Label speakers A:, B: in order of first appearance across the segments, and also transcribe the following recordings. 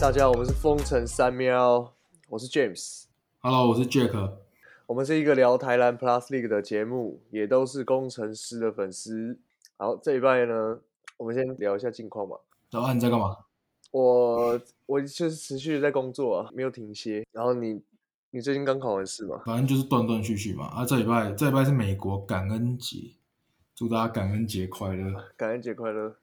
A: 大家好，我们是风城三喵，我是 James，
B: Hello，我是 Jack。
A: 我们是一个聊台南 Plus League 的节目，也都是工程师的粉丝。好，这一拜呢，我们先聊一下近况吧。
B: 早啊安，你在干嘛？
A: 我我就是持续地在工作啊，没有停歇。然后你你最近刚考完试吗？
B: 反正就是断断续续嘛。啊，这礼拜这礼拜是美国感恩节，祝大家感恩节快乐。
A: 感恩节快乐。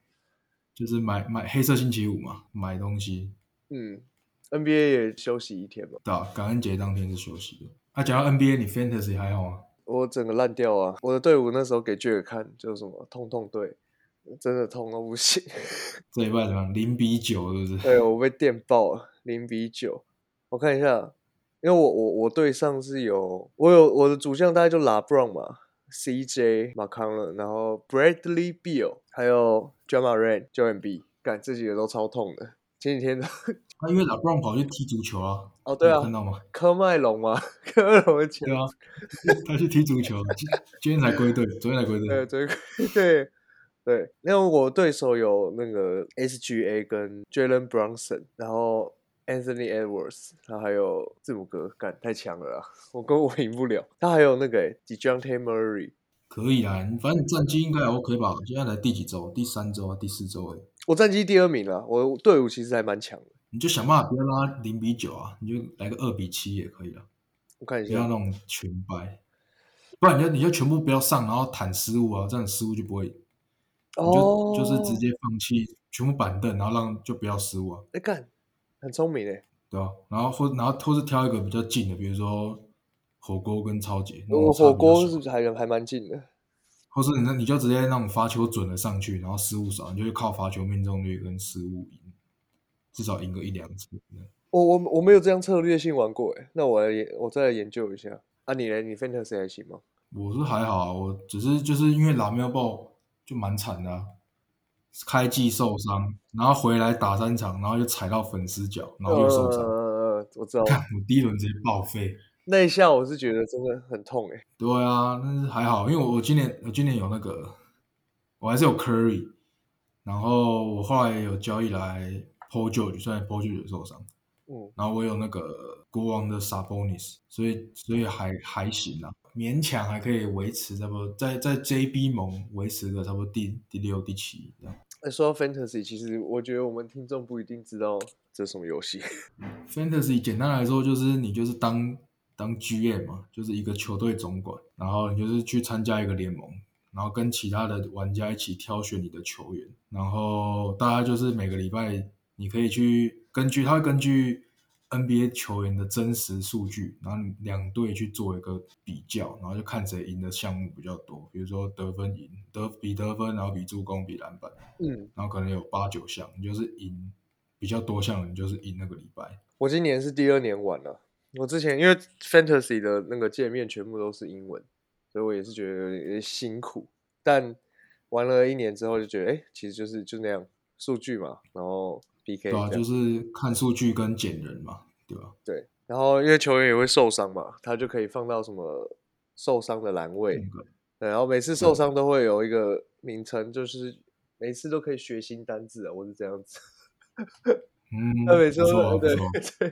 B: 就是买买黑色星期五嘛，买东西。
A: 嗯，NBA 也休息一天嘛，
B: 对、啊，感恩节当天是休息的。啊，讲到 NBA，你 Fantasy 还好吗？
A: 我整个烂掉啊！我的队伍那时候给 Jack 看，就是什么痛痛队，真的痛到不行。
B: 这礼拜怎么样？零比九是不是？
A: 对，我被电爆了，零比九。我看一下，因为我我我对上是有我有我的主将大概就拉布朗嘛，CJ 马康了，然后 Bradley Beal，还有 Jama Ran j o n B，干这几个都超痛的。前几天的
B: 啊，因为老布朗跑去踢足球啊。
A: 哦对啊
B: 你有看到吗？
A: 科麦隆嘛， 科麦隆的前
B: 对啊， 他去踢足球，今今天才归队，昨天才归
A: 对
B: 队。
A: 对 对对，那我对手有那个 SGA 跟 Jalen Brunson，然后 Anthony Edwards，他还有字母哥，干太强了啦，我跟我赢不了。他还有那个欸 Dejounte Murray，
B: 可以啊，你反正你战绩应该还 OK 吧？现在才第几周？第三周啊，第四周哎。
A: 我战绩第二名啦，我队伍其实还蛮强的。
B: 你就想办法不要拉零比九啊，你就来个二比七也可以啊，
A: 我看一
B: 不要那
A: 下，
B: 种全掰，不然你就你就全部不要上，然后坦失误啊，这样失误就不会，你就、
A: 哦，
B: 就是直接放弃全部板凳，然后让就不要失误啊，
A: 哎干，很聪明哎，
B: 对吧、然后或然后或是挑一个比较近的，比如说火锅跟超级，那
A: 我
B: 种差
A: 火
B: 比较
A: 锅
B: 小
A: 是还还蛮近的。
B: 或是你你就直接那种罚球准了上去，然后失误少，你就靠罚球命中率跟失误赢，至少赢个一两次。
A: 我我我没有这样策略性玩过哎，那我来研我再来研究一下。啊你嘞，你 Fantasy 还行吗？
B: 我是还好啊，我只是就是因为拉梅鲍就蛮惨的啊、开季受伤，然后回来打三场，然后又踩到粉丝脚，然后又受伤，
A: 呃，嗯嗯我知 道。
B: 我第一轮直接报废。
A: 那一下我是觉得真的很痛哎、
B: 对啊，但是还好，因为我今年我今年有那个，我还是有 Curry，然后我后来有交易来 Paul George，虽然 Paul George 受伤，
A: 嗯，
B: 然后我有那个国王的 Sabonis，所以所以还还行啊，勉强还可以维持差不多在在 JB 盟维持个差不多第第六第七这样。
A: 那哎说到 fantasy，其实我觉得我们听众不一定知道这是什么游戏。
B: Fantasy 简单来说就是你就是当当 GM 嘛，就是一个球队总管，然后你就是去参加一个联盟，然后跟其他的玩家一起挑选你的球员，然后大家就是每个礼拜你可以去根据他会根据 NBA 球员的真实数据，然后两队去做一个比较，然后就看谁赢的项目比较多，比如说得分赢得比得分，然后比助攻比篮板，
A: 嗯，
B: 然后可能有八九项，你就是赢比较多项，你就是赢那个礼拜。
A: 我今年是第二年玩了，我之前因为 fantasy 的那个界面全部都是英文，所以我也是觉得有点有点辛苦。但玩了一年之后就觉得，哎、其实就是就那样，数据嘛，然后 PK
B: 对啊，
A: 这样
B: 就是看数据跟捡人嘛，对吧、
A: 对，然后因为球员也会受伤嘛，他就可以放到什么受伤的栏位，
B: 那个
A: 对，然后每次
B: 嗯
A: 受伤都会有一个名称，就是每次都可以学新单字啊，我是这样子。
B: 嗯，
A: 他每次
B: 不
A: 都哦
B: 错啊，不
A: 对
B: 错啊。
A: 对，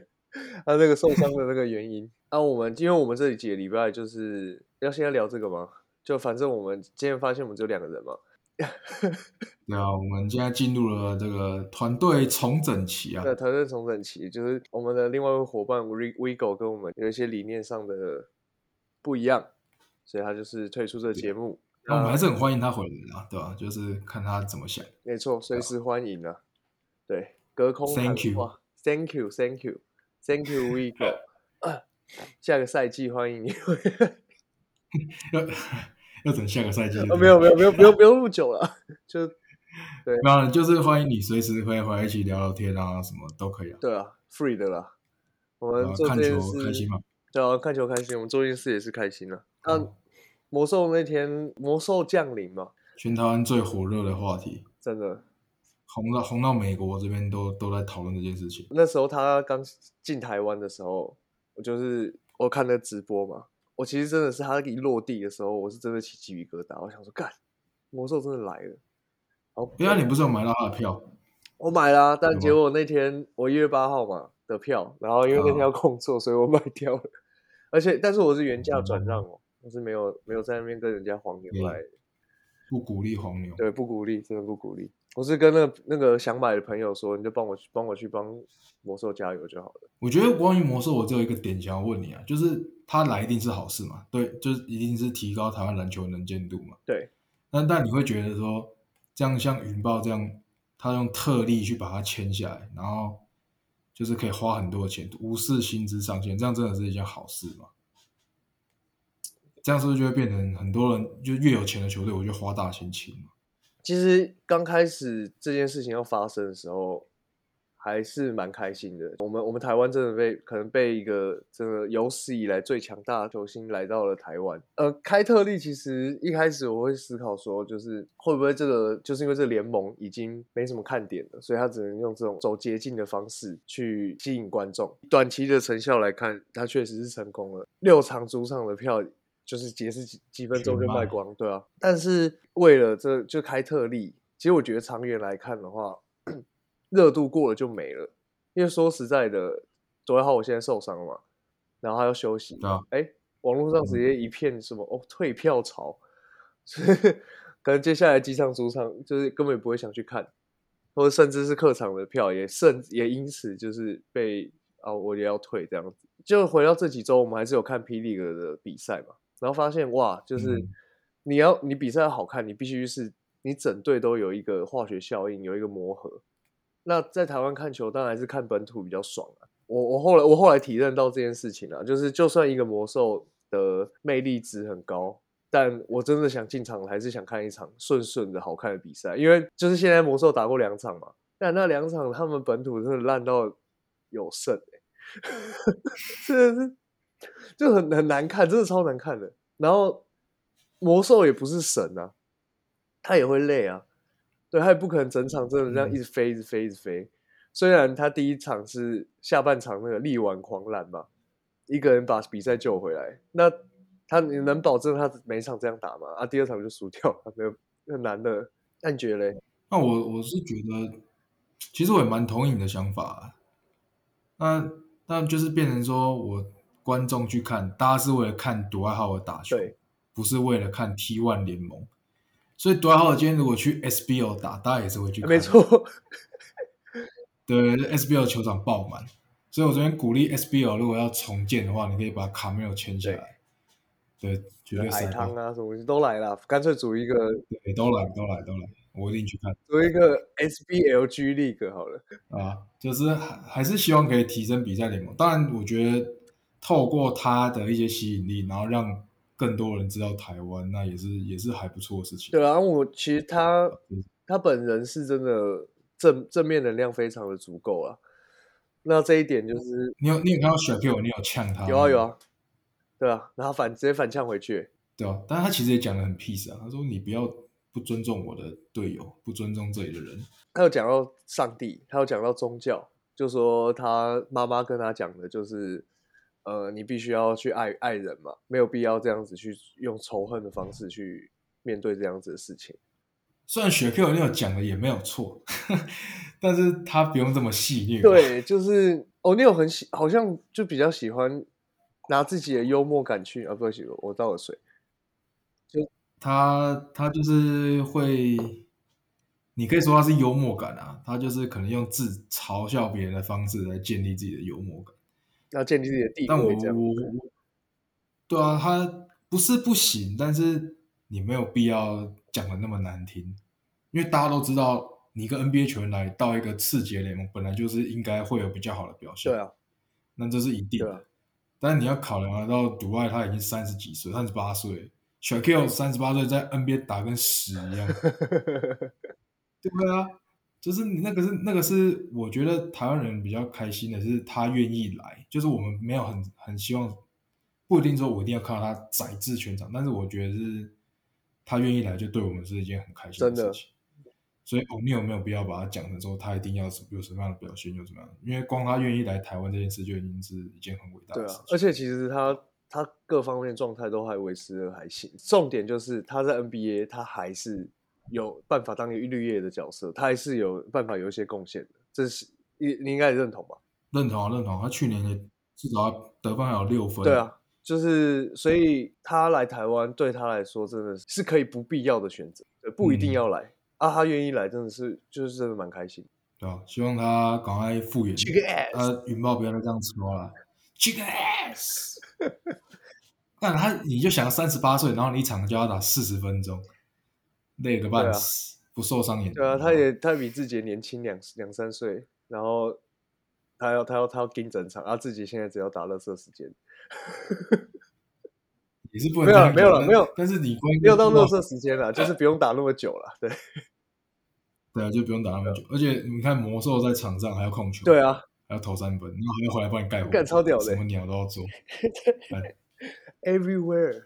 A: 他那个受伤的那个原 因。那、我们因为我们这里几个礼拜就是要现在聊这个吗？就反正我们今天发现我们只有两个人嘛，
B: 对啊，我们现在进入了这个团队重整期啊
A: 那，团队重整期就是我们的另外一位伙伴 We WeGo 跟我们有一些理念上的不一样，所以他就是退出这个节目。
B: 那我们还是很欢迎他回来啊，对吧、就是看他怎么想。
A: 没错，随时欢迎啊。对，隔空喊
B: Thank you
A: 话，Thank you，Thank you，Thank you We Go 啊。下个赛季欢迎你。
B: 要要等下个赛季就对了、
A: 哦，没有没有
B: 嗯
A: 没有不用不用那么久了，就
B: 没有，就是欢迎你随时可以回来一起聊聊天啊，什么都可以啊。
A: 对啊，free 的啦。我
B: 对
A: 们
B: 啊
A: 做
B: 看
A: 这件
B: 球开心
A: 事，
B: 嘛，
A: 对啊，看球开心，我们做这件事也是开心的。那
B: 嗯
A: 魔兽那天，魔兽降临嘛，
B: 全台湾最火热的话题，
A: 真的，
B: 红到红到美国这边都都在讨论这件事情。
A: 那时候他刚进台湾的时候，我就是我看了直播嘛，我其实真的是他一落地的时候，我是真的起鸡皮疙瘩，我想说干，魔兽真的来了。好，
B: 对啊，你不是有买到他的票？
A: 我买啦、但
B: 有
A: 结果那天我一月八号嘛的票，然后因为那天要工作，所以我卖掉了。而且，但是我是原价转让哦，我是没有没有在那边跟人家黄牛
B: 嗯
A: 卖的。
B: 不鼓励黄牛。
A: 对，不鼓励，真的不鼓励。我是跟那个那个想买的朋友说，你就帮我去帮我去帮魔兽加油就好了。
B: 我觉得关于魔兽，我只有一个点想要问你啊，就是他来一定是好事嘛？对，就是一定是提高台湾篮球能见度嘛。
A: 对，
B: 那但你会觉得说，这样像云豹这样，他用特例去把它签下来，然后就是可以花很多钱，无视薪资上限，这样真的是一件好事吗？这样是不是就会变成很多人就越有钱的球队，我就花大钱请嘛？
A: 其实刚开始这件事情要发生的时候，还是蛮开心的。我们我们台湾真的被可能被一个真的有史以来最强大的球星来到了台湾。呃，开特利其实一开始我会思考说，就是会不会这个就是因为这联盟已经没什么看点了，所以他只能用这种走捷径的方式去吸引观众。短期的成效来看，他确实是成功了。六场主场的票就是也是几几分钟就
B: 全卖
A: 卖光，对啊。但是为了这就开特例，其实我觉得长远来看的话， 热度过了就没了。因为说实在的，左右浩我现在受伤了嘛，然后他要休息
B: 对啊，嗯
A: 哎、网络上直接一片什么、哦退票潮， 可能接下来几场主场就是根本不会想去看，或者甚至是客场的票也甚也因此就是被啊我也要退这样子。就回到这几周，我们还是有看霹雳哥的比赛嘛，然后发现哇，就是
B: 嗯
A: 你要你比赛要好看，你必须是你整队都有一个化学效应，有一个磨合。那在台湾看球，当然是看本土比较爽啊。我我后来我后来体认到这件事情啊，就是就算一个魔兽的魅力值很高，但我真的想进场还是想看一场顺顺的好看的比赛，因为就是现在魔兽打过两场嘛，但那两场他们本土真的烂到有剩、欸， 真的是就很很难看，真的超难看的。然后魔兽也不是神啊，他也会累啊，对他也不可能整场真的这样一直飞，一直飞，一直飞。虽然他第一场是下半场那个力挽狂澜嘛，一个人把比赛救回来，那他你能保证他每一场这样打吗？啊，第二场就输掉了，没有很难的。那你觉得嘞？啊
B: 那我我是觉得，其实我也蛮同意你的想法啊、那那就是变成说我观众去看，大家是为了看独爱号的打球
A: 对，
B: 不是为了看 T One 联盟。所以独爱号今天如果去 SBL 打，大家也是会去看。
A: 没，错，
B: 对，SBL 球场爆满。所以我昨天鼓励 SBL 如果要重建的话，你可以把卡梅尔签下来。对，绝对
A: 海
B: 塞爆
A: 棠。啊什么东西都来了，干脆组一个
B: 对，都来，都来，都来，我一定去看。
A: 组一个 SBLG League 好了。
B: 啊，就是还还是希望可以提升比赛联盟。当然，我觉得透过他的一些吸引力，然后让更多人知道台湾，那也是也是还不错的事情。
A: 对啊，我其实他
B: 嗯
A: 他本人是真的正正面能量非常的足够啊。那这一点就是
B: 你有你有看到 s h a q u i 你有呛他？
A: 有啊有，啊，对啊，然后反直接反呛回去，
B: 对啊，但他其实也讲的很 peace 啊，他说你不要不尊重我的队友，不尊重这里的人。
A: 他有讲到上帝，他有讲到宗教，就说他妈妈跟他讲的就是，呃，你必须要去爱爱人嘛，没有必要这样子去用仇恨的方式去面对这样子的事情。
B: 虽然 s h a q u i 有讲的也没有错， 但是他不用这么戏虐。，
A: 对， 就是欧尼尔很喜，好像就比较喜欢拿自己的幽默感去啊，不行，我倒了水。
B: 他他就是会，你可以说他是幽默感啊，他就是可能用自嘲笑别人的方式来建立自己的幽默感。
A: 要建立自己的地
B: 但我
A: 位，这
B: 我
A: 样
B: 我，对啊，他不是不行，但是你没有必要讲的那么难听，因为大家都知道，你一个 NBA 球员来到一个次级的联盟，本来就是应该会有比较好的表现。
A: 对啊，
B: 那这是一定
A: 对啊
B: 的。但你要考量到独爱他已经三十几岁，三十八岁 s h a q u i l 三十八岁在 NBA 打跟屎一样，对啊，就是你那个是那个是，我觉得台湾人比较开心的是他愿意来，就是我们没有很很希望，不一定说我一定要看到他宰制全场，但是我觉得是他愿意来，就对我们是一件很开心
A: 真的
B: 事情。所以欧尼尔没有必要把他讲成说他一定要什有什么样的表现，有什么样的，因为光他愿意来台湾这件事就已经是一件很伟 大
A: 对
B: 的
A: 啊
B: 事情。，
A: 而且其实他他各方面状态都还维持的还行。重点就是他在 NBA，他还是有办法当一个绿叶的角色，他还是有办法有一些贡献的。这是你你应该也认同吧？
B: 认同啊，认同啊。他去年也至少他得分还有六分，
A: 对啊，就是所以他来台湾对他来说真的是可以不必要的选择，对不一定
B: 嗯
A: 要来、啊。他愿意来真的是就是真的蛮开心。
B: 对啊，希望他赶快复原，
A: Chicken ass
B: 他云豹不要再这样说了，Chicken ass。但他你就想三十八岁，然后你一场就要打四十分钟，累个半死，不受伤也难
A: 啊对啊，他也他比志杰年轻两两三岁，然后他要他要他要盯整场，啊，自己现在只要打热射时间，
B: 也是不
A: 没
B: 能
A: 有啊
B: 这样
A: 没有
B: 讲
A: 了没有
B: 但是你关
A: 没有到热
B: 热
A: 射时间啦，就是不用打那么久了。对
B: 对啊，就不用打那么久。而且你看魔兽在场上还要控球，
A: 对，啊，
B: 还要投三分，然后还要回来帮你盖火锅，
A: 干超屌的
B: 什么鸟都要 做，
A: ，everywhere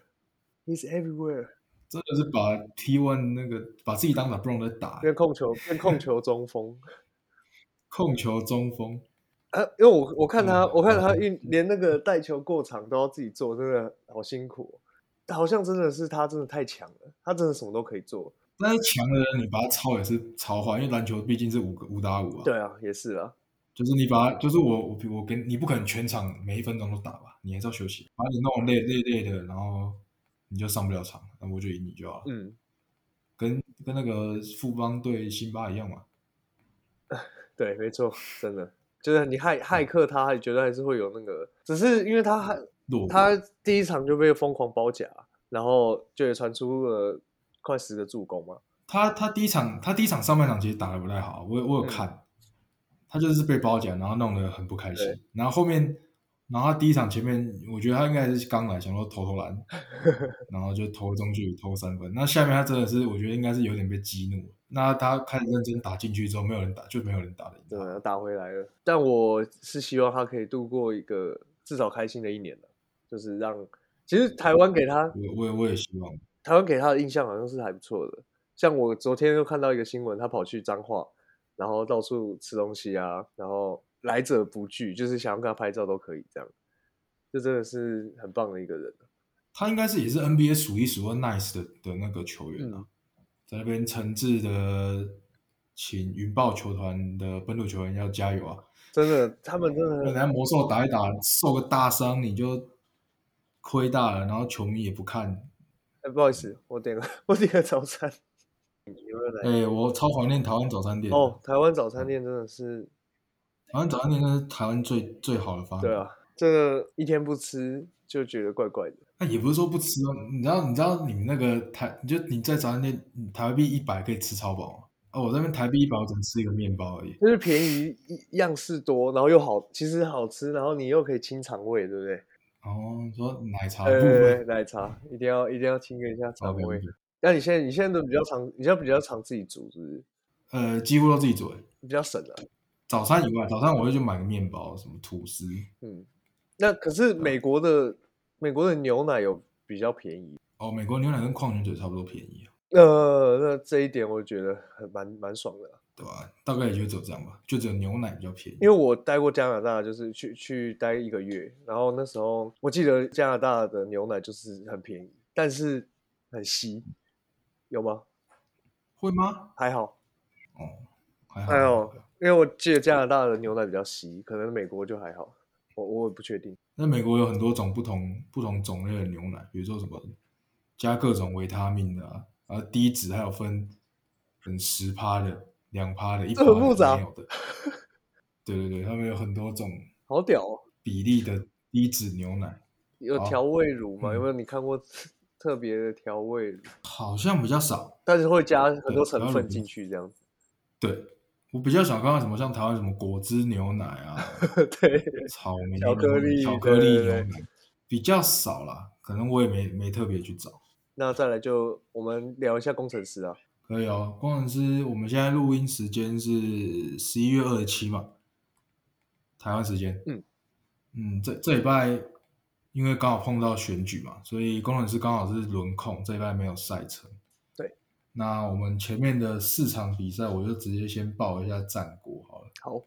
A: he's everywhere，
B: 真的是把 T one 那个把自己当打 Brown 在打，
A: 变控球变控球中锋。
B: 控球中锋，
A: 啊，因为我我看他，
B: 嗯
A: 我看他运连那个带球过场都要自己做，真的好辛苦、哦。好像真的是他真的太强了，他真的什么都可以做。
B: 但是强的人你把他超也是超坏，因为篮球毕竟是五个五打五啊。，
A: 对啊，也是啊，
B: 就是你把他，就是我我我跟你不可能全场每一分钟都打吧，你还是要休息，把你弄累累累的，然后你就上不了场，那我就赢你就好了，
A: 嗯，
B: 跟跟那个富邦对辛巴一样嘛。
A: 对，没错，真的就是你骇骇客他，还觉得还是会有那个，只是因为他还
B: 弱
A: 他第一场就被疯狂包夹，然后就也传出了快十个助攻嘛。
B: 他他第一场他第一场上半场其实打的不太好，我我
A: 嗯
B: 有看，他就是被包夹，然后弄得很不开心
A: 对。
B: 然后后面，然后他第一场前面，我觉得他应该是刚来，想说投投 篮，然后就投中距投三分。那下面他真的是，我觉得应该是有点被激怒。那他开始认真打进去之后，没有人打，就没有人打得赢
A: 对
B: 他。，
A: 打回来了。但我是希望他可以度过一个至少开心的一年了，就是让其实台湾给他
B: 我我也我也希望，
A: 台湾给他的印象好像是还不错的。像我昨天又看到一个新闻，他跑去彰化，然后到处吃东西啊，然后来者不拒，就是想要跟他拍照都可以这样。这真的是很棒的一个人。啊
B: 他应该是也是 NBA 数一数二 nice 的的那个球员啊，
A: 嗯
B: 在那边诚挚的请云豹球团的本土球员要加油啊！
A: 真的，他们真
B: 人
A: 的
B: 家魔兽打一打，受个大伤，你就亏大了，然后球迷也不看。
A: 哎，不好意思，我点了 我点了早餐，有没有来？
B: 哎、我超怀念台湾早餐店的
A: 哦，台湾早餐店真的是，
B: 台湾早餐店真的是台湾最最好的发明。
A: 对，啊，真的，一天不吃就觉得怪怪的。
B: 那也不是说不吃哦，你知道你知道你们那个台，你就你在早餐店你台币一百可以吃超饱吗？哦，我这边台币一百，我只能吃一个面包而已。
A: 就是便宜样式多，然后又好，其实好吃，然后你又可以清肠胃，对不对？
B: 哦，你说奶茶的部
A: 呃，
B: 分，
A: 奶茶一定要一定要清一下肠
B: 不
A: 胃。那你现在你现在都比较常，你现在比较常自己煮，是不是？
B: 呃，几乎都自己做。
A: 比较省啊。
B: 早餐以外，早餐我会去买个面包，什么吐司。
A: 嗯，那可是美国的美国的牛奶有比较便宜，
B: 哦，美国牛奶跟矿泉水差不多便宜啊。
A: 呃，那这一点我觉得很蛮蛮爽的啊、
B: 对吧、大概也就只有这样吧，就只有牛奶比较便宜。
A: 因为我待过加拿大，就是去去待一个月，然后那时候我记得加拿大的牛奶就是很便宜，但是很稀，有吗？
B: 会吗？
A: 还好，
B: 哦，还好。
A: 还好，因为我记得加拿大的牛奶比较稀，可能美国就还好，我我也不确定。
B: 那美国有很多种不同不同种类的牛奶，比如说什么加各种维他命的啊，然后低脂还有分很十趴的、两趴的、一趴
A: 这很复杂
B: 没有的。对对对，他们有很多种
A: 好屌哦！
B: 比例的低脂牛奶，
A: 有
B: 好
A: 调味乳吗？
B: 嗯
A: 有没有你看过特别的调味乳？
B: 好像比较少。
A: 但是会加很多
B: 对调
A: 成
B: 味
A: 分
B: 乳
A: 进去，这样子。
B: 对我比较想看到什么像台湾什么果汁牛奶啊，
A: 对，
B: 草莓、
A: 巧克力
B: 巧克力
A: 对
B: 牛
A: 对
B: 奶比较少啦，可能我也没没特别去找。
A: 那再来就我们聊一下工程师啊。
B: 可以哦，工程师，我们现在录音时间是十一月二十七嘛，台湾时间。
A: 嗯
B: 嗯，这这礼拜因为刚好碰到选举嘛，所以工程师刚好是轮控，这礼拜没有赛程。
A: 对，
B: 那我们前面的四场比赛，我就直接先报一下战果好了。
A: 好，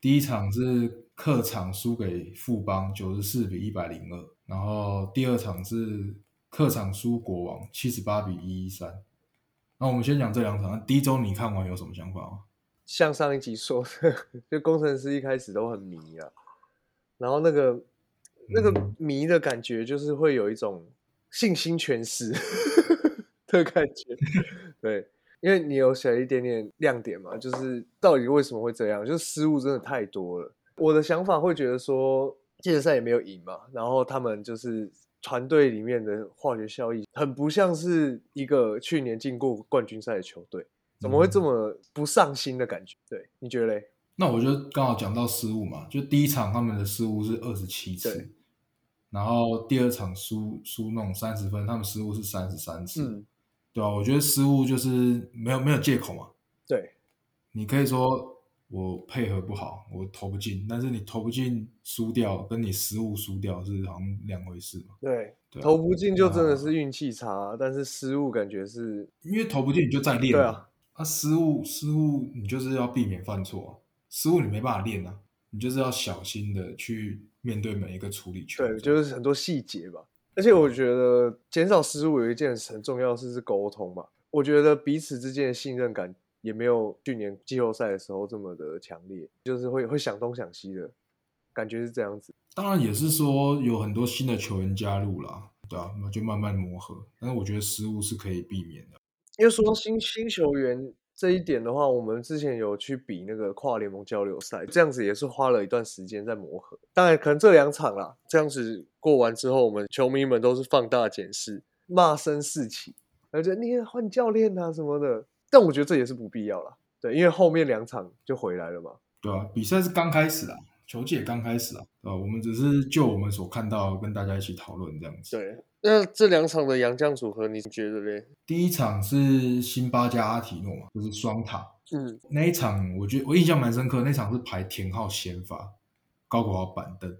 B: 第一场是客场输给富邦九十四比一百零二，然后第二场是客场输国王七十八比一一三。那我们先讲这两场，那第一周你看完有什么想法吗？
A: 像上一集说的，就工程师一开始都很迷啊，然后那个那个
B: 嗯
A: 迷的感觉，就是会有一种信心全失的感觉。对，因为你有写一点点亮点嘛，就是到底为什么会这样，就是失误真的太多了。我的想法会觉得说，季前赛也没有赢嘛，然后他们就是团队里面的化学效应，很不像是一个去年进过冠军赛的球队。怎么会这么不上心的感觉？对，你觉得嘞？
B: 那我就刚好讲到失误嘛，就第一场他们的失误是二十七
A: 对
B: 次，然后第二场输输那种三十分，他们失误是三十三次，
A: 嗯，
B: 对啊，我觉得失误就是没有没有借口嘛，
A: 对，
B: 你可以说我配合不好，我投不进，但是你投不进输掉，跟你失误输掉是好像两回事嘛，
A: 对，
B: 对、啊，
A: 投不进就真的是运气差，啊但是失误感觉是，
B: 因为投不进你就再练
A: 对
B: 嘛，
A: 啊，
B: 啊，失误失误你就是要避免犯错、啊，失误你没办法练啊，你就是要小心的去面对每一个处理球，
A: 对，就是很多细节吧。而且我觉得减少失误有一件很重要的事是沟通吧。我觉得彼此之间的信任感也没有去年季后赛的时候这么的强烈，就是会会想东想西的感觉是这样子。
B: 当然也是说有很多新的球员加入啦，对啊，那就慢慢磨合。但是我觉得失误是可以避免的。啊
A: 因为说到新新球员这一点的话，我们之前有去比那个跨联盟交流赛，这样子也是花了一段时间在磨合。当然，可能这两场啦，这样子过完之后，我们球迷们都是放大检视，骂声四起，而且你换教练啊什么的。但我觉得这也是不必要啦，对，因为后面两场就回来了嘛。
B: 对啊，比赛是刚开始啊，球季也刚开始啊，对啊，我们只是就我们所看到跟大家一起讨论这样子。，
A: 对，那这两场的洋将组合，你觉得嘞？
B: 第一场是辛巴加阿提诺嘛，就是双塔
A: 嗯，
B: 那一场，我觉得我印象蛮深刻，那场是排田浩先发，高国豪板凳，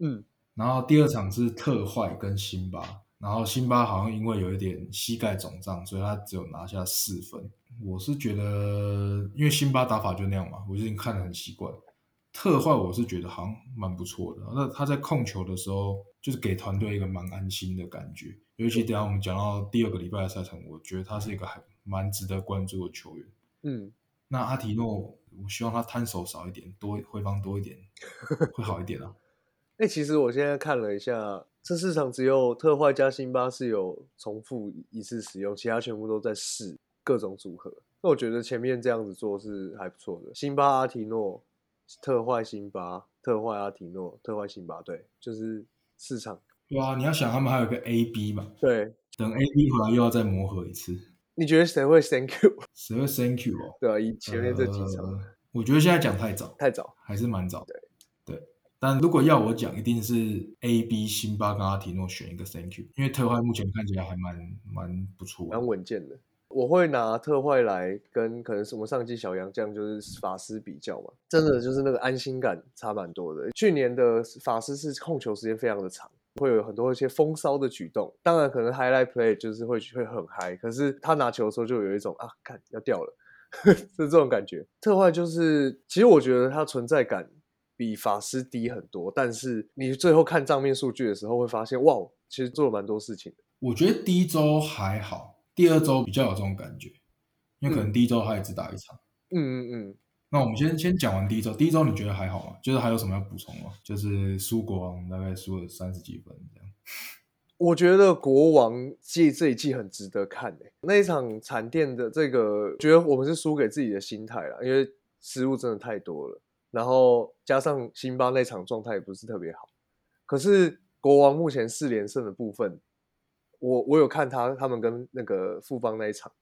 A: 嗯，
B: 然后第二场是特坏跟辛巴，然后辛巴好像因为有一点膝盖肿胀，所以他只有拿下四分。我是觉得，因为辛巴打法就那样嘛，我已经看得很习惯。特坏我是觉得好像蛮不错的，那他在控球的时候，就是给团队一个蛮安心的感觉。尤其等一下我们讲到第二个礼拜的赛程，我觉得他是一个还蛮值得关注的球员。
A: 嗯，
B: 那阿提诺，我希望他摊手少一点，多回防多一 点，会好一点啊。
A: 那、其实我现在看了一下，这市场只有特坏加辛巴是有重复一次使用，其他全部都在试各种组合。那我觉得前面这样子做是还不错的。辛巴阿提诺、特坏辛巴、特坏阿提诺、特坏辛巴，对，就是市场。
B: 对啊，你要想他们还有一个 A B 嘛，
A: 对，
B: 等 A B 回来又要再磨合一次，
A: 你觉得谁会 thank you？
B: 谁会 Thank you 哦？
A: 对啊，以前面这几场、
B: 呃我觉得现在讲太早，
A: 太早。
B: 还是蛮早的。对，但如果要我讲，一定是 A B 辛巴跟阿提诺选一个 Thank you，因为特坏目前看起来还蛮蛮不错
A: 蛮
B: 的。
A: 稳健的。我会拿特坏来跟可能什么上季小杨这样就是法师比较嘛，真的就是那个安心感差蛮多的。去年的法师是控球时间非常的长，会有很多一些风骚的举动，当然可能 highlight play 就是会会很嗨，可是他拿球的时候就有一种啊，看要掉了， 是这种感觉。特坏就是，其实我觉得他存在感比法师低很多，但是你最后看账面数据的时候会发现，哇，其实做了蛮多事情的。
B: 我觉得第一周还好，第二周比较有这种感觉，因为可能第一周他也只打一场。
A: 嗯嗯嗯，
B: 那我们先先讲完第一周，第一周你觉得还好吗？就是还有什么要补充吗？就是输国王大概输了三十几分这样。
A: 我觉得国王这这一季很值得看诶、那一场闪电的这个，觉得我们是输给自己的心态啦，因为失误真的太多了，然后加上辛巴那场状态也不是特别好，可是国王目前四连胜的部分，我我有看他他们跟那个富邦那一场，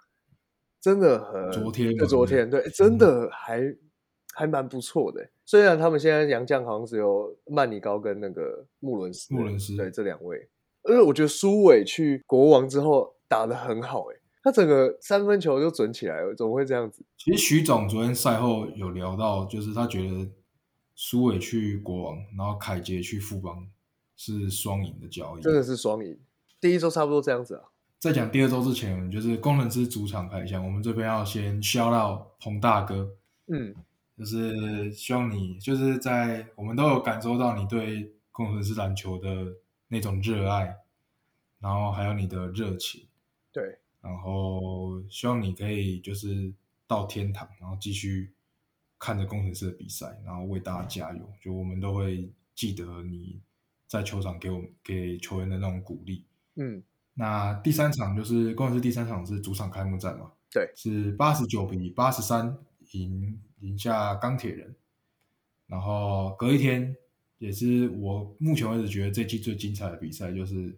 A: 真的很
B: 昨天
A: 对
B: 嘛
A: 昨
B: 对
A: 天对，
B: 嗯
A: 真的还、还蛮不错的欸、虽然他们现在洋将好像只有曼尼高跟那个穆伦斯，
B: 穆伦斯
A: 对这两位，而且我觉得苏伟去国王之后打得很好、欸，他整个三分球就准起来了，怎么会这样子？
B: 其实徐总昨天赛后有聊到，就是他觉得苏伟去国王，然后凯杰去富邦是双赢的交易。
A: 真的是双赢，第一周差不多这样子啊。
B: 在讲第二周之前，我们就是工程师主场开箱，我们这边要先 shout out 彭大哥，
A: 嗯，
B: 就是希望你就是在我们都有感受到你对工程师篮球的那种热爱，然后还有你的热情，
A: 对，
B: 然后希望你可以就是到天堂，然后继续看着工程师的比赛，然后为大家加油。就我们都会记得你在球场给我们给球员的那种鼓励。
A: 嗯，
B: 那第三场就是工程师第三场是主场开幕战嘛？
A: 对
B: 是八十九比八十三赢赢下钢铁人。然后隔一天，也是我目前为止觉得这季最精彩的比赛，就是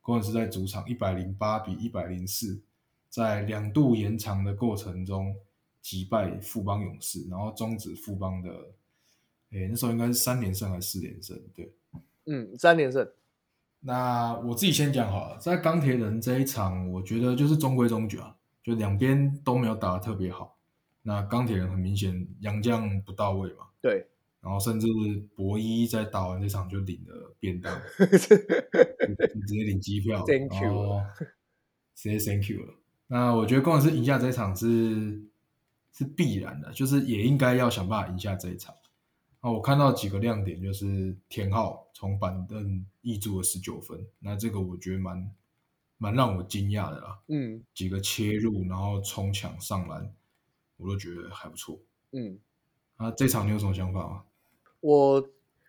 B: 工程师在主场一百零八比一百零四，在两度延长的过程中击败富邦勇士，然后终止富邦的，诶那时候应该是三连胜还是四连胜？对，
A: 嗯，三连胜，
B: 那我自己先讲好了，在钢铁人这一场，我觉得就是中规中矩啊，就两边都没有打得特别好。那钢铁人很明显洋将不到位嘛，
A: 对，
B: 然后甚至博伊在打完这场就领了便当，直接领机票
A: Thank you
B: 然后直接 Thank you 了。那我觉得工程师赢下这一场是是必然的，就是也应该要想办法赢下这一场。啊，我看到几个亮点，就是田浩从板凳挹注了十九分，那这个我觉得蛮蛮让我惊讶的啦。
A: 嗯
B: 几个切入，然后冲抢上篮，我都觉得还不错。
A: 嗯，
B: 啊，这场你有什么想法吗？
A: 我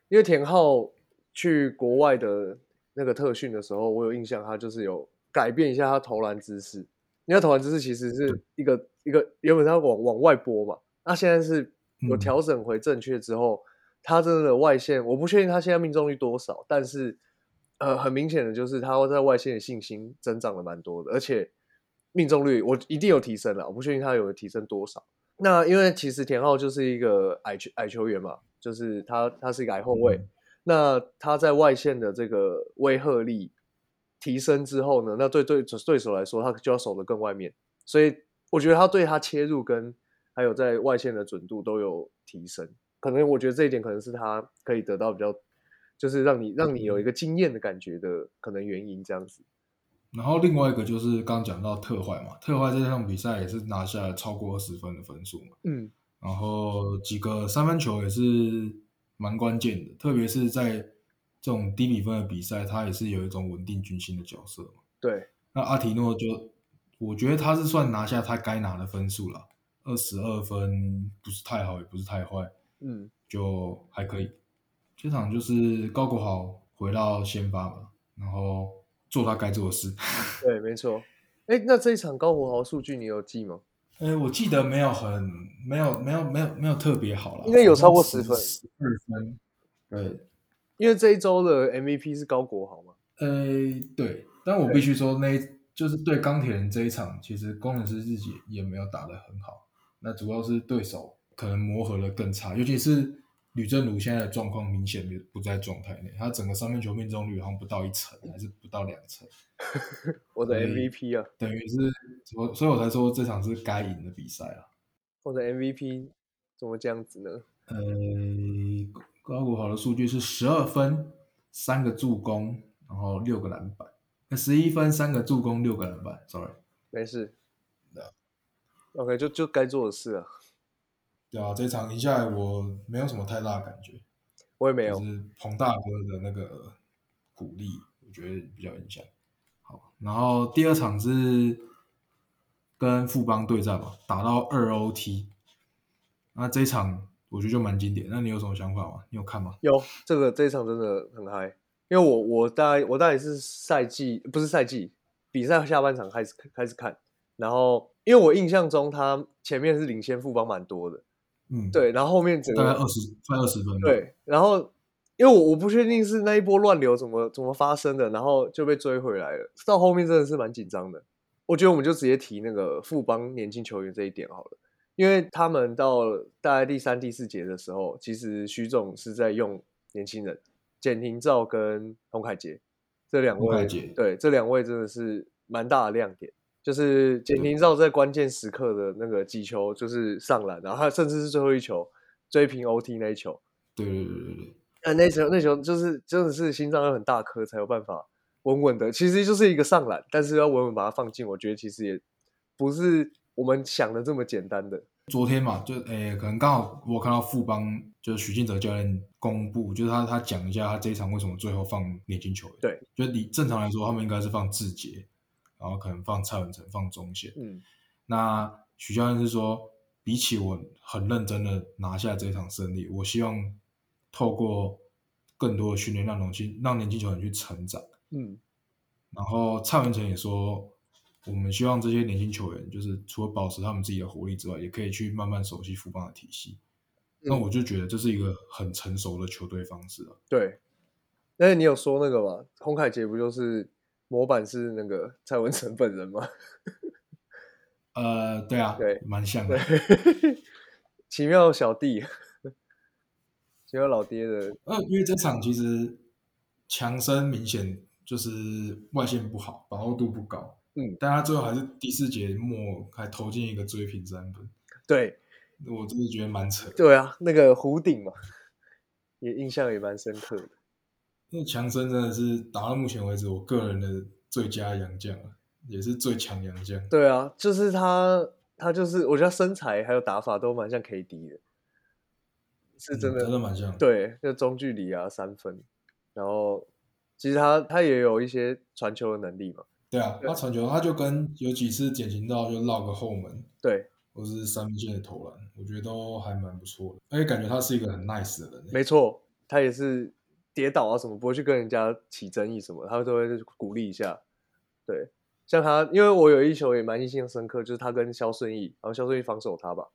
A: 因为田浩去国外的那个特训的时候，我有印象，他就是有改变一下他投篮姿势。因为他投篮姿势其实是一个一个原本他往往外拨嘛，那现在是有
B: 嗯
A: 调整回正确之后，他真的外线，我不确定他现在命中率多少，但是呃，很明显的就是他在外线的信心增长了蛮多的，而且命中率我一定有提升了，我不确定他有提升多少。那因为其实田浩就是一个矮球矮球员嘛，就是他他是一个矮后卫，
B: 嗯
A: 那他在外线的这个威吓力提升之后呢，那对对对手来说，他就要守得更外面，所以我觉得他对他切入跟还有在外线的准度都有提升。可能我觉得这一点可能是他可以得到比较，就是让你让你有一个惊艳的感觉的可能原因这样子。
B: 然后另外一个就是刚讲到特坏嘛，特坏这场比赛也是拿下了超过二十分的分数嘛，
A: 嗯
B: 然后几个三分球也是蛮关键的，特别是在这种低比分的比赛，他也是有一种稳定军心的角色嘛。
A: 对，
B: 那阿提诺就我觉得他是算拿下他该拿的分数了，二十二分不是太好，也不是太坏，
A: 嗯
B: 就还可以。这场就是高国豪回到先发嘛，然后做他该做的 事。
A: 对，没错。哎，那这一场高国豪数据你有记吗？
B: 哎，我记得没有很没有没有没有没有特别好了，
A: 应该有超过10分
B: 十二分。对，
A: 因为这一周的 MVP 是高国豪嘛。
B: 呃，对，但我必须说那一，就是对钢铁人这一场，其实工程师自己也没有打得很好，那主要是对手可能磨合的更差，尤其是吕正儒现在的状况明显不不在状态内，他整个三分球命中率好像不到一成，还是不到两成，
A: 我的
B: 所以
A: MVP 啊，
B: 等于是我，所以我才说这场是该赢的比赛啊。
A: 我的 MVP 怎么这样子呢？
B: 呃，高国豪的数据是十二分、三个助攻，然后六个篮板，十一分、三个助攻、六个篮板，sorry。
A: 没事。OK，就就该做的事啊，
B: 对啊，这一场赢下来我没有什么太大的感觉，
A: 我也没有
B: 就。是彭大哥的那个鼓励，我觉得比较影响。好，然后第二场是跟富邦对战嘛，打到二 OT，那这一场我觉得就蛮经典。那你有什么想法吗？你有看吗？
A: 有这个这一场真的很嗨，因为我我大概我大概是赛季不是赛季比赛下半场开始开始看，然后因为我印象中他前面是领先富邦蛮多的，
B: 嗯，，
A: 对，然后后面整
B: 大概
A: 个
B: 二十快二十分吧。
A: 对，然后因为我我不确定是那一波乱流怎么怎么发生的，然后就被追回来了，到后面真的是蛮紧张的。我觉得我们就直接提那个富邦年轻球员这一点好了。因为他们到大概第三、第四节的时候，其实徐总是在用年轻人简廷照跟洪凯杰这两
B: 洪凯
A: 位
B: 杰，
A: 对这两位真的是蛮大的亮点。就是简廷照在关键时刻的那个击球，就是上篮，然后他甚至是最后一球追平 OT 那一球，
B: 对对对对对，
A: 呃，那球那球就是真的是心脏要很大颗才有办法稳稳的，其实就是一个上篮，但是要稳稳把它放进，我觉得其实也不是我们想的这么简单的。
B: 昨天嘛，就诶、可能刚好我看到富邦就是许晋哲教练公布，就是他他讲一下他这一场为什么最后放年轻球员。
A: 对，
B: 就你正常来说，他们应该是放志杰，然后可能放蔡文成，放中线。
A: 嗯，
B: 那许教练是说，比起我很认真的拿下这场胜利，我希望透过更多的训练，让年轻让年轻球员去成长。
A: 嗯，
B: 然后蔡文成也说，我们希望这些年轻球员，就是除了保持他们自己的活力之外，也可以去慢慢熟悉富邦的体系。那
A: 嗯
B: 我就觉得这是一个很成熟的球队方式啊。
A: 对。但是你有说那个吧？洪凯杰不就是模板是那个蔡文成本人吗？
B: 呃，对啊，
A: 对
B: 蛮像的
A: 对。，奇妙小弟，奇妙老爹的，
B: 呃，因为这场其实强森明显就是外线不好，把握度不高。
A: 嗯，
B: 但他最后还是第四节末还投进一个追平三分，
A: 对
B: 我真的觉得蛮扯的。
A: 对啊，那个弧顶嘛，也印象也蛮深刻的。
B: 因为强森真的是打到目前为止我个人的最佳洋将啊，也是最强洋将。
A: 对啊，就是他，他就是我觉得他身材还有打法都蛮像 KD 的，是真
B: 嗯
A: 的。
B: 真的蛮像的。
A: 对，就中距离啊，三分，然后其实他他也有一些传球的能力嘛。
B: 对啊，他传球他就跟有几次典型到就绕个后门，
A: 对，
B: 或是三分线的投篮，我觉得都还蛮不错的。而且感觉他是一个很 nice 的人欸、
A: 没错，他也是跌倒啊什么，不会去跟人家起争议什么，他都会鼓励一下。对，像他，因为我有一球也蛮印象深刻，就是他跟肖顺义，然后肖顺义防守他吧，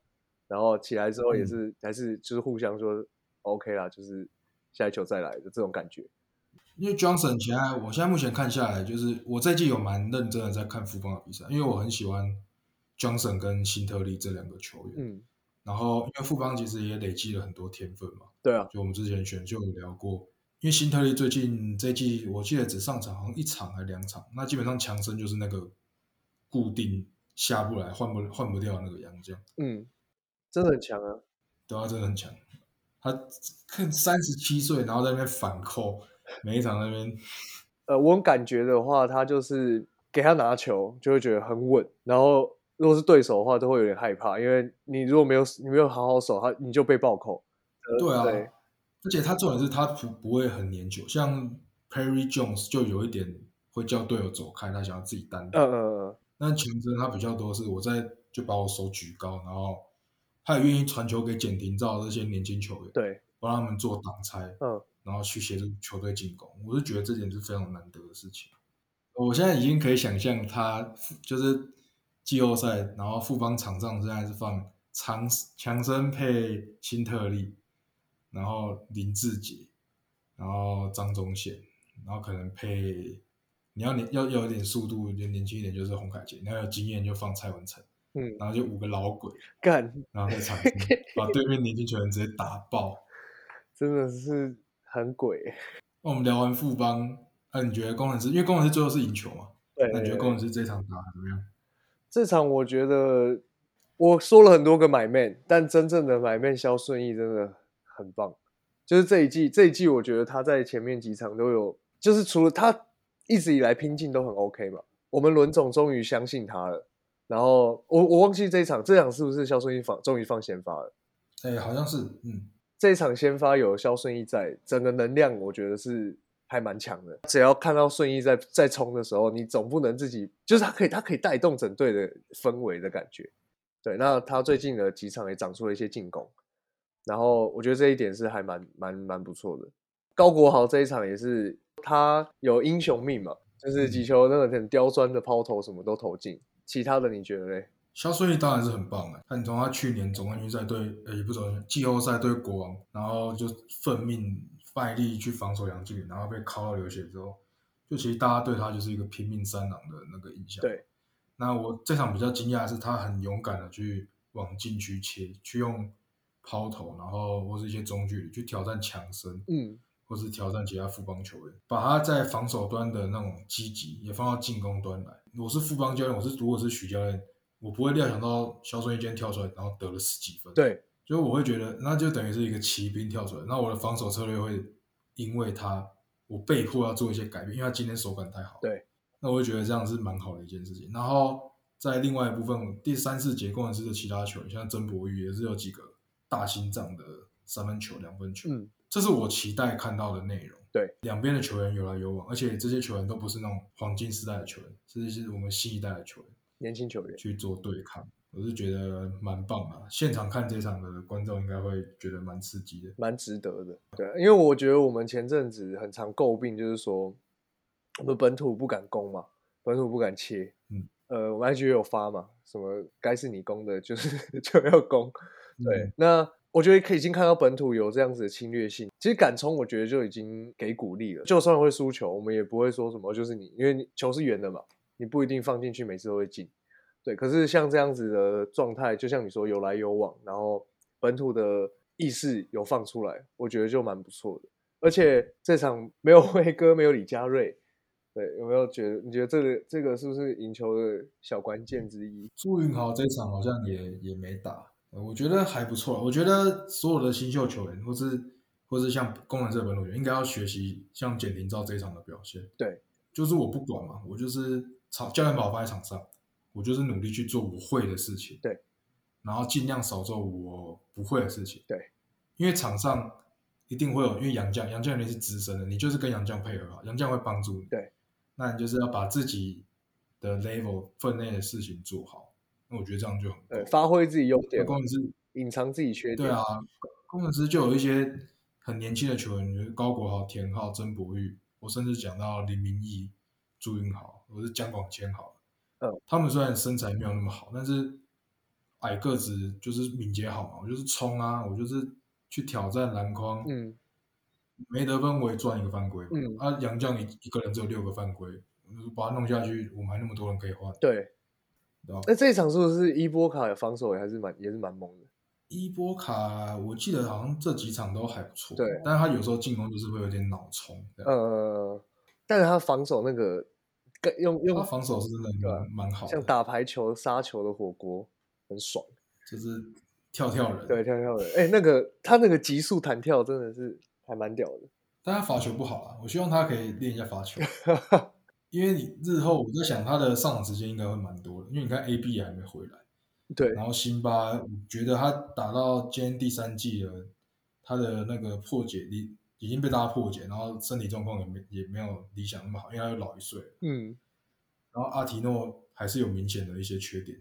A: 然后起来之后也
B: 嗯
A: 是、还是就是互相说 OK 啦，就是下一球再来的这种感觉。
B: 因为 Johnson 现在，我现在目前看下来，就是我这季有蛮认真的在看富邦的比赛，因为我很喜欢 Johnson 跟辛特利这两个球员。
A: 嗯，
B: 然后，因为富邦其实也累积了很多天分嘛，
A: 对啊，
B: 就我们之前选秀有聊过。因为辛特利最近这一季，我记得只上场好像一场还两场，那基本上强森就是那个固定下不来、换不换不掉的那个洋将，
A: 嗯，真的很强啊。
B: 对他真的很强。他看三十七岁，然后在那边反扣，每一场在那边
A: 呃，我感觉的话，他就是给他拿球就会觉得很稳，然后如果是对手的话，都会有点害怕，因为你如果没有你没有好好守他，你就被暴扣。呃
B: 对啊，
A: 对
B: 而且他重点是他不不会很粘球，像 Perry Jones 就有一点会叫队友走开，他想要自己单打。
A: 嗯嗯
B: 但强森他比较多是我在就把我手举高，然后他也愿意传球给简廷照这些年轻球员，
A: 对，
B: 帮他们做挡拆，
A: 嗯，
B: 然后去协助球队进攻。我是觉得这点是非常难得的事情。我现在已经可以想象他就是季后赛，然后富邦场上现在是放长强森配辛特利，然后林志杰，然后张宗宪，然后可能配你要年要要有点速度，就年轻一点就是洪凯杰，你要有经验就放蔡文成，
A: 嗯
B: 然后就五个老鬼，
A: 干
B: 然后 在场上把对面年轻球员直接打爆。
A: 真的是很鬼。
B: 那我们聊完富邦，那、你觉得工程师？因为工程师最后是赢球嘛？
A: 对
B: 那
A: 对
B: 你觉得
A: 对
B: 工程师这场打得怎么样？
A: 这场我觉得我说了很多个买面，但真正的买面肖顺义真的很棒。就是这一季，这一季我觉得他在前面几场都有，就是除了他一直以来拼劲都很 OK 嘛。我们轮总终于相信他了，然后我我忘记这一场，这场是不是肖顺义放终于放先发了？
B: 哎、好像是，嗯，
A: 这一场先发有肖顺义在，整个能量我觉得是还蛮强的。只要看到顺义在在冲的时候，你总不能自己就是他可以他可以带动整队的氛围的感觉。对，那他最近的几场也长出了一些进攻，然后我觉得这一点是还蛮蛮蛮不错的。高国豪这一场也是他有英雄命嘛，就是几球那个很刁钻的抛投什么都投进，其他的你觉得嘞？
B: 肖顺义当然是很棒的、看你从他去年总冠军赛对，呃、也不是总冠军季后赛对国王，然后就奋命卖力去防守杨靖宇，然后被敲到流血之后，就其实大家对他就是一个拼命三郎的那个印象。
A: 对，
B: 那我这场比较惊讶的是，他很勇敢的去往禁区切，去用抛投，然后或是一些中距离去挑战强森。
A: 嗯，
B: 或是挑战其他富邦球员，把他在防守端的那种积极也放到进攻端来。我是富邦教练，我是如果是许教练，我不会料想到肖顺义今天跳出来，然后得了十几分，，
A: 对，
B: 所以我会觉得那就等于是一个骑兵跳出来，那我的防守策略会因为他我被迫要做一些改变，因为他今天手感太好，
A: 对，
B: 那我会觉得这样是蛮好的一件事情。然后在另外一部分第三四节工程师的其他球员，像曾博玉也是有几个大心脏的三分球、两分球，
A: 嗯，
B: 这是我期待看到的内容。
A: 对，
B: 两边的球员有来有往，而且这些球员都不是那种黄金时代的球员，这是我们新一代的球员
A: 年轻球员，
B: 去做对抗。我是觉得蛮棒的，啊现场看这场的观众应该会觉得蛮刺激的。
A: 蛮值得的。对啊，因为我觉得我们前阵子很常诟病，就是说我们本土不敢攻嘛，本土不敢切。
B: 嗯，
A: 呃，我们 IG 也有发嘛，什么该是你攻的，就是 就要攻。
B: 嗯
A: 对，那我觉得可以已经看到本土有这样子的侵略性。其实敢冲，我觉得就已经给鼓励了。就算会输球，我们也不会说什么，就是你，因为你球是圆的嘛，你不一定放进去每次都会进。对，可是像这样子的状态，就像你说有来有往，然后本土的意识有放出来，我觉得就蛮不错的。而且这场 没有辉哥，没有李佳瑞，对，有没有觉得？你觉得这个这个是不是赢球的小关键之一？
B: 朱云豪这场好像也也没打，呃我觉得还不错。我觉得所有的新秀球员，或是或是像工程师的本土员，应该要学习像简廷照这一场的表现。
A: 对，
B: 就是我不管嘛，我就是场教练把我放在场上，我就是努力去做我会的事情。
A: 对，
B: 然后尽量少做我不会的事情。
A: 对，
B: 因为场上一定会有，因为杨绛，杨绛一定是资深的，你就是跟杨绛配合啊好，杨绛会帮助你。
A: 对，
B: 那你就是要把自己的 level 分内的事情做好。那我觉得这样就很够
A: 对，。发挥自己优
B: 那
A: 点，
B: 工程师
A: 隐藏自己缺点。
B: 对啊，工程师就有一些很年轻的球员，就是高国豪、田浩、曾博玉，我甚至讲到林明义、朱云豪，我是江广谦好了。
A: 嗯，
B: 他们虽然身材没有那么好，但是矮个子就是敏捷好嘛，我就是冲啊，我就是去挑战篮筐，
A: 嗯，
B: 没得分我也赚一个犯规嘛。
A: 嗯
B: 啊，杨绛一一个人只有六个犯规，我就把他弄下去，我们还那么多人可以换，
A: 对。
B: 对吧？
A: 那这一场是不是伊波卡有防守也还是蛮也是蛮猛的？
B: 伊波卡，我记得好像这几场都还不错，
A: 对
B: 但是他有时候进攻就是会有点脑冲，这样
A: 呃，但是他防守那个更用
B: 他
A: 用
B: 防守是真的
A: 对啊
B: 蛮蛮好
A: 像
B: 的，
A: 打排球杀球的火锅，很爽。
B: 就是跳跳人，
A: 对，，跳跳的，哎、那个他那个极速弹跳真的是还蛮屌的。
B: 但他罚球不好啦，啊我希望他可以练一 下罚球，因为你日后我在想他的上场时间应该会蛮多的，因为你看 AB 也还没回来，
A: 对，
B: 然后辛巴，我觉得他打到今天第三季了，他的那个破解力已经被大家破解，然后身体状况也没也没有理想那么好，因为他又老一岁了。
A: 嗯，
B: 然后阿提诺还是有明显的一些缺点，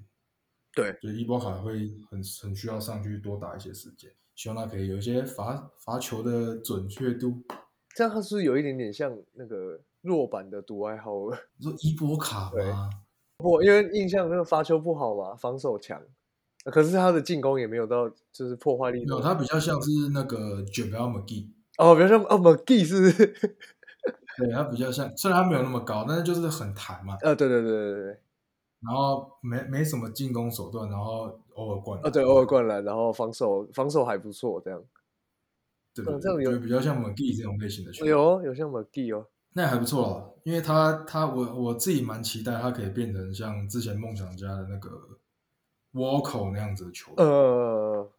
A: 对，
B: 就是伊波卡会很很需要上去多打一些时间，希望他可以有一些罚罚球的准确度。
A: 这样他是不是有一点点像那个弱版的独爱好尔？
B: 你说伊波卡吗？
A: 不，因为印象那个发球不好嘛，防守强，呃可是他的进攻也没有到就是破坏力
B: 没有，
A: 多。
B: 他比较像是那个 j a b e l McGee，
A: 哦，比如说哦，McGee 是不是？
B: 对他比较像，虽然他没有那么高，但是就是很弹嘛，
A: 呃，对对对对对对，
B: 然后没没什么进攻手段，然后偶尔灌篮
A: 哦对，偶尔，灌篮，然后防守防守还不错，这样。
B: 对对
A: 嗯这样
B: 对，
A: 有
B: 就比较像 McGee 这种类型的球员。
A: 有哦有像 McGee 哦，
B: 那还不错啦，因为他他我我自己蛮期待他可以变成像之前梦想家的那个 Walker 那样子的球员，
A: 呃，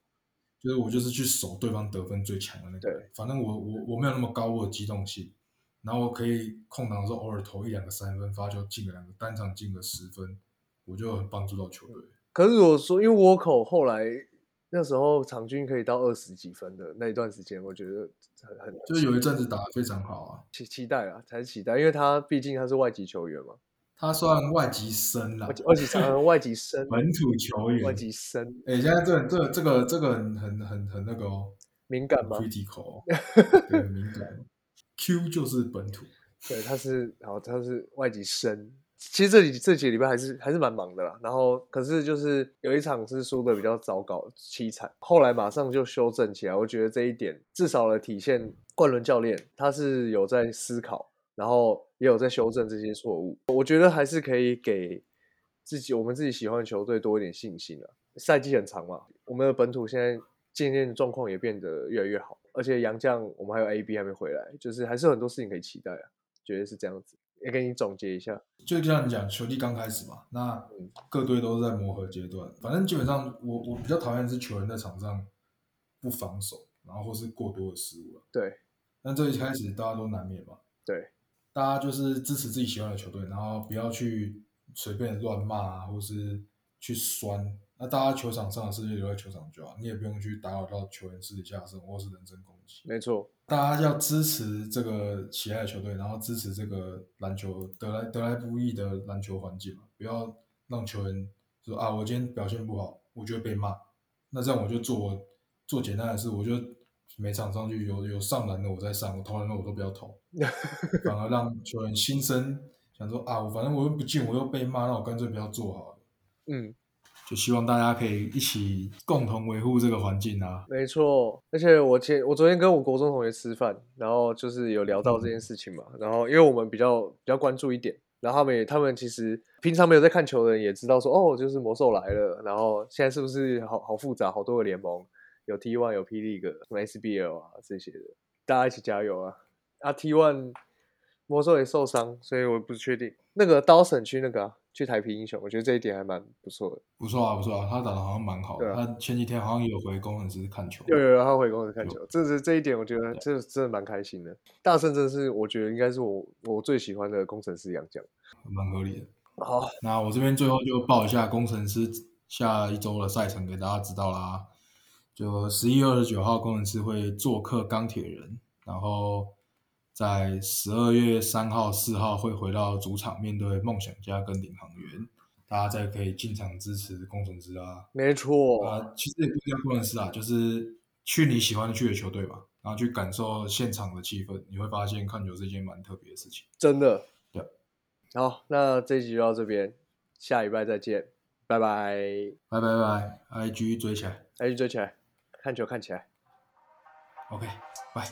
B: 就是我就是去守对方得分最强的那个人。反正我我我没有那么高，我有机动性，然后我可以空档的时候偶尔投一两个三分，发球进个两个，单场进个十分，我就很帮助到球队。
A: 可是我说，因为倭寇后来那时候场均可以到二十几分的那一段时间，我觉得很很
B: 就是有一阵子打得非常好啊，
A: 期期待啊，才是期待，因为他毕竟他是外籍球员嘛，
B: 他算外籍生啦
A: 外，籍外籍常常外籍生，
B: 本土球员
A: 外。籍生
B: 哎、现在这这这个这个很很很很那个哦，
A: 敏感吗？
B: critical，对，很敏感。Q 就是本土，
A: 对，他是，然后他是外籍生。其实这几这几个礼拜还是还是蛮忙的啦，然后可是就是有一场是输的比较糟糕凄惨，后来马上就修正起来。我觉得这一点至少的体现冠伦教练他是有在思考，然后也有在修正这些错误。我觉得还是可以给自己我们自己喜欢的球队多一点信心啊。赛季很长嘛，我们的本土现在渐渐的状况也变得越来越好，而且杨将我们还有 AB 还没回来，就是还是有很多事情可以期待啊。觉得是这样子。也给你总结一下，
B: 就像你讲，球力刚开始嘛，那各队都是在磨合阶段。反正基本上我，我比较讨厌的是球员在场上不防守，然后或是过多的失误了。
A: 对
B: 但这一开始大家都难免嘛，
A: 对，
B: 大家就是支持自己喜欢的球队，然后不要去随便乱骂啊，或是去酸。那大家球场上的事情留在球场就好，你也不用去打扰到球员私底下的生活或是人身攻击。
A: 没错，
B: 大家要支持这个喜爱的球队，然后支持这个篮球得来得来不易的篮球环境嘛，不要让球员说啊，我今天表现不好，我就会被骂。那这样我就做我做简单的事，我就每场上去有有上篮的我再上，我投篮的我都不要投，反而让球员心生想说啊，我反正我又不进，我又被骂，那我干脆不要做好了。
A: 嗯，
B: 就希望大家可以一起共同维护这个环境啊。
A: 没错。而且我前我昨天跟我国中同学吃饭，然后就是有聊到这件事情嘛，然后因为我们比较比较关注一点，然后他们也他们其实平常没有在看球的人也知道说哦，就是魔兽来了，然后现在是不是好好复杂，好多个联盟，有 T One 有 P League 什么 SBL 啊这些的，大家一起加油啊！啊 T One 魔兽也受伤，所以我不确定那个刀省去那个、啊、去台皮英雄，我觉得这一点还蛮不错的。
B: 不错啊，不错啊，他打的好像蛮好的。
A: 对啊
B: 他前几天好像也有回工程师看球。
A: 有有有，他回公司看
B: 有
A: 球，这是这一点，我觉得这真的蛮开心的。大圣真的是我觉得应该是我我最喜欢的工程师杨将。
B: 蛮合理的。
A: 好，
B: 那我这边最后就报一下工程师下一周的赛程给大家知道啦。就十一月二十九号，工程师会做客钢铁人，然后在十二月三号、四号会回到主场面对梦想家跟领航员，大家再可以进场支持工程师啊。
A: 没错，
B: 啊，其实也不一定要工程师啊，就是去你喜欢去的球队吧，然后去感受现场的气氛，你会发现看球是一件蛮特别的事情。
A: 真的
B: 对。
A: 好，那这一集就到这边，下礼拜再见，拜拜。
B: 拜拜拜，IG 追起来
A: 哎，追起来，看球看起来。
B: ，OK，拜。